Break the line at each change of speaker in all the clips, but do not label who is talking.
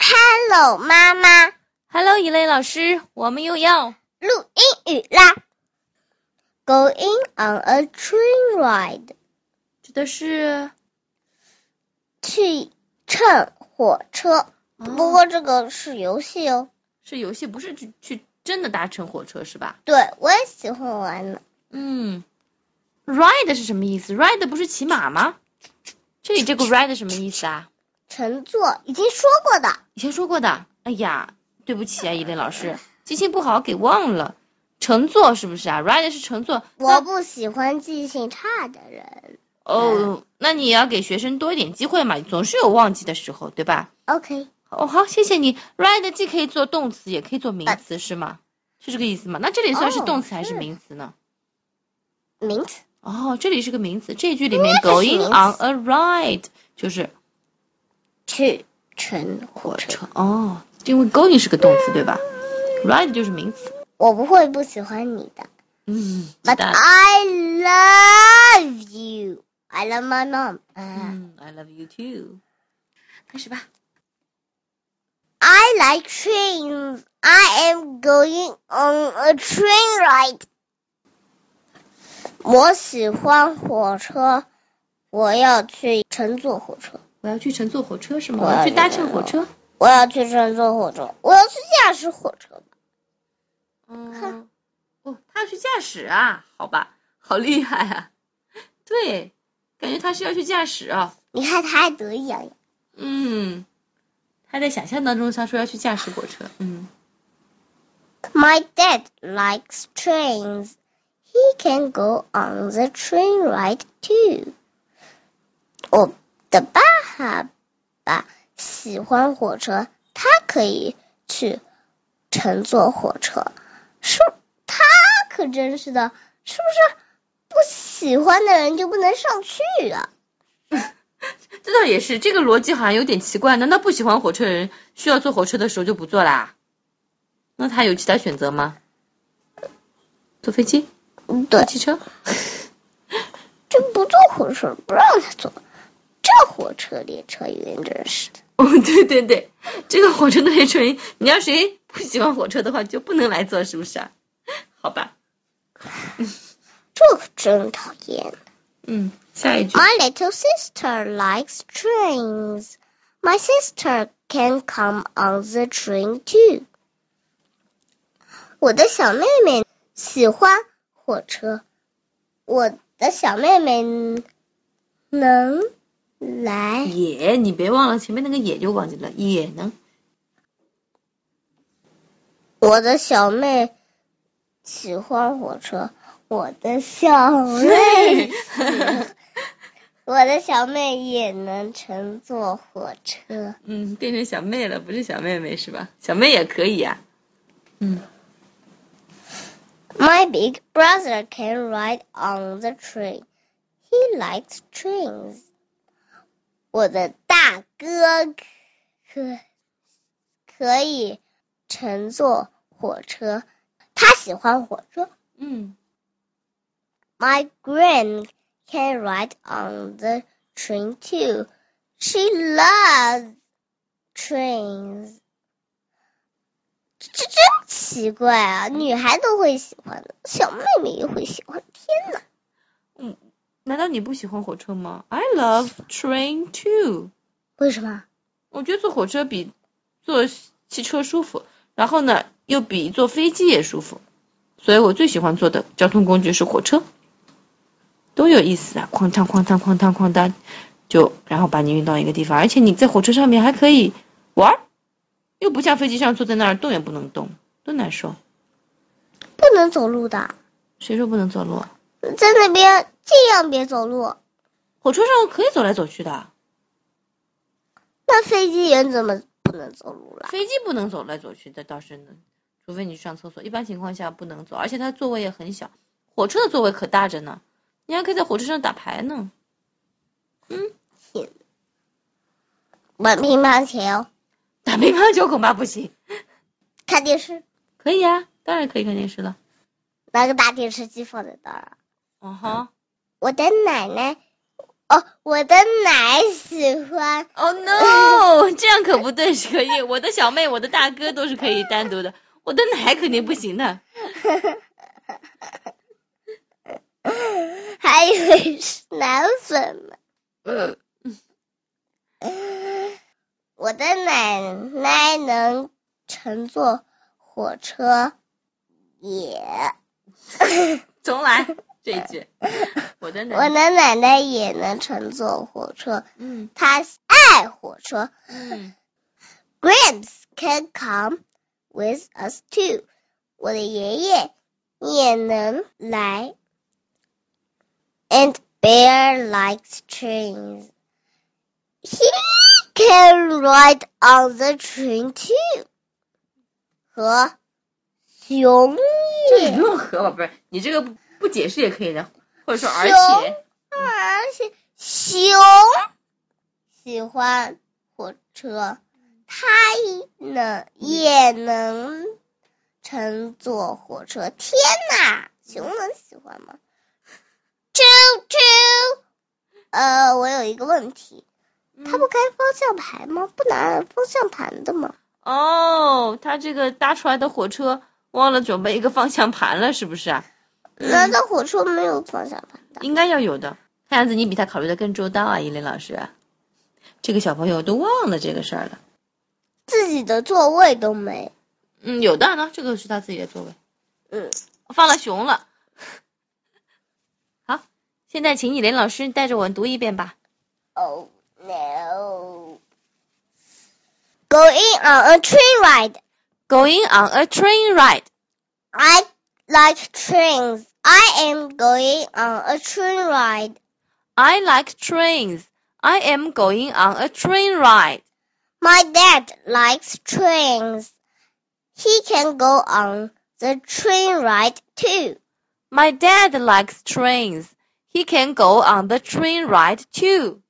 口妈妈
Hello，一类老师，我们又要
录英语啦！Going on a train ride，
指的是
去乘火车。
哦
不过这个是游戏哦。
是游戏，不是去去真的搭乘火车是吧？
对，我也喜欢玩呢。
嗯，ride 是什么意思？ride 不是骑马吗？这里这个 ride 什么意思啊？
乘坐已经说过的，
以前说过的。哎呀，对不起啊，一类老师，记性不好给忘了。乘坐是不是啊？ride 是乘坐。
我不喜欢记性差的人。
哦，那你也要给学生多一点机会嘛，总是有忘记的时候，对吧？
OK，
哦，好，谢谢你。ride 既可以做动词，也可以做名词，是吗？是这个意思吗？那这里算是
哎哦
动词还是
是
名词呢？
名词
哦，这里是个名词。这句里面
嗯这是
going
名
on a ride 就是
去乘火车。
车哦，因为 going 是个动词对吧？ride 就是名词。
我不会不喜欢你的
嗯，
，But
that-
I love you. I love my mom. 啊
嗯，I love you too。开始吧。
I like trains. I am going on a train ride. 我喜欢火车，我要去乘坐火车。
我要去乘坐火车是吗？
我
我
要
要去搭
去
乘火车。
我要去乘坐火车，我要去驾驶火车。
嗯，哦，他要去驾驶啊？好吧，好厉害啊！对，感觉他是要去驾驶啊。
你看他还得意洋洋。
嗯，他在想象当中，他说要去驾驶火车。嗯，
My dad likes trains. He can go on the train ride too. 哦我的爸爸喜欢火车，他可以去乘坐火车。是，他可真是的，是不是不喜欢的人就不能上去啊？
这倒也是，这个逻辑好像有点奇怪。难道不喜欢火车的人需要坐火车的时候就不坐啦？那他有其他选择吗？坐飞机、
嗯，对
坐，汽车？
这不坐火车不让他坐，这火车列车员真是的。
哦， 对对对，这个火车的列车员，你要谁不喜欢火车的话，就不能来坐，是不是啊？好吧，
这可真讨厌。
嗯，下一句。
My little sister likes trains. My sister can come on the train too. 我的小妹妹喜欢火车，我的小妹妹能来。
也，你别忘了前面那个也就忘记了，也能。
我的小妹喜欢火车，我的小
哎
妹，我的小妹也能乘坐火车。
嗯，变成小妹了，不是小妹妹是吧？小妹也可以啊呀、嗯，
My big brother can ride on the train. He likes trains. 我的大哥可可以乘坐火车，他喜欢火车。
嗯，
My grand can ride on the train too. She loves trains. 这这真奇怪啊！女孩都会喜欢的，小妹妹也会喜欢。天哪！
难道你不喜欢火车吗？I love train too。
为什么？
我觉得坐火车比坐汽车舒服，然后呢，又比坐飞机也舒服，所以我最喜欢坐的交通工具是火车，多有意思啊！哐当哐当哐当哐当，就然后把你运到一个地方，而且你在火车上面还可以玩儿，又不像飞机上坐在那儿动也不能动，多难受。
不能走路的，
谁说不能走路？啊？
在那边尽量别走路。
火车上可以走来走去的，
那飞机员怎么不能走路了？
飞机不能走来走去的倒是能，除非你上厕所，一般情况下不能走，而且它座位也很小。火车的座位可大着呢，你还可以在火车上打牌呢。
玩乒乓球、
打乒乓球恐怕不行。
看电视，
可以啊，当然可以看电视了。哦
拿个大电视机放在那儿啊。
嗯哼，
我的奶奶哦，我的奶喜欢。
Oh no，这 样可不对，是可以。我的小妹，我的大哥都是可以单独的，我的奶肯定不行的。
还以为是奶粉呢。
呃
我的奶奶能乘坐火车，也
重来这一句，我的
我的
奶，
奶奶也能乘坐火车，
嗯
她爱火车。
嗯
Gramps can come with us too。我的爷爷也能来。And Bear likes trains. He can ride on the train too. 和熊
这个
也
不用和宝贝儿，你这个不不解释也可以的，或者说而
熊
且，
而且熊喜欢火车，它能也能乘坐火车。天哪，熊能喜欢吗啾啾，呃，我有一个问题，它不
嗯
开方向盘吗？不拿方向盘的吗？
哦，他这个搭出来的火车忘了准备一个方向盘了，是不是啊？
难道火车没有方向盘的？
应该要有的。看样子你比他考虑的更周到啊，依林老师。这个小朋友都忘了这个事儿了。
自己的座位都没。
嗯，有的呢，这个是他自己的座位。
嗯，
放了熊 了。好，现在请以林老师带着我读一遍吧。
Oh no. Going on a train ride.
Going on a train ride.
I like trains. I am going on a train ride.
I like trains. I am going on a train ride.
My dad likes trains. He can go on the train ride too.
My dad likes trains. He can go on the train ride too.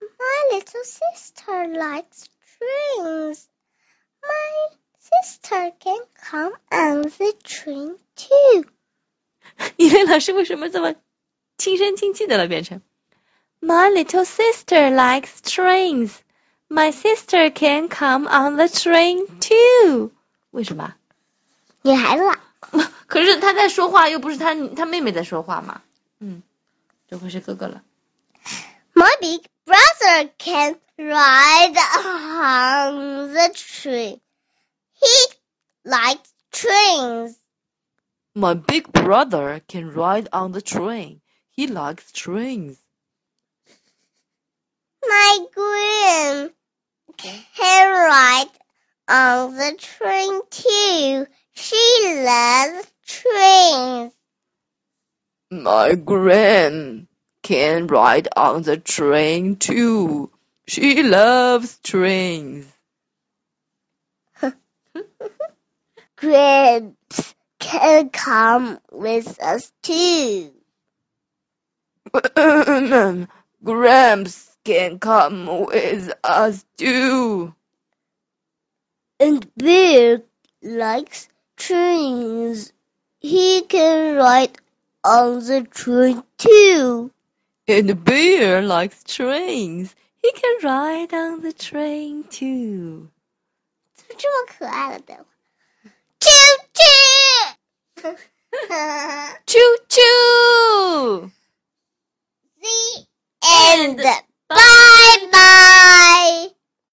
My little sister likes trains. My sister can come on the train too.
以林老师为什么这么轻声轻气的了？变成 My little sister likes trains. My sister can come on the train too. 为什么？
女孩子啊，
可是他在说话，又不是他他妹妹在说话嘛。嗯，这回是哥哥了。
My big brother can ride on the train. He likes trains.
My big brother can ride on the train. He likes trains.
My grand can ride on the train too. She loves trains.
My gran can ride on the train too. She loves trains.
Gramps can come with us too.
Gramps can come with us too.
And Bear likes trains. He can ride on the train too.
And Bear likes trains. He can ride on the train too.
怎么这么可爱了？等会儿， 啾啾
Choo choo!
，The end，拜拜。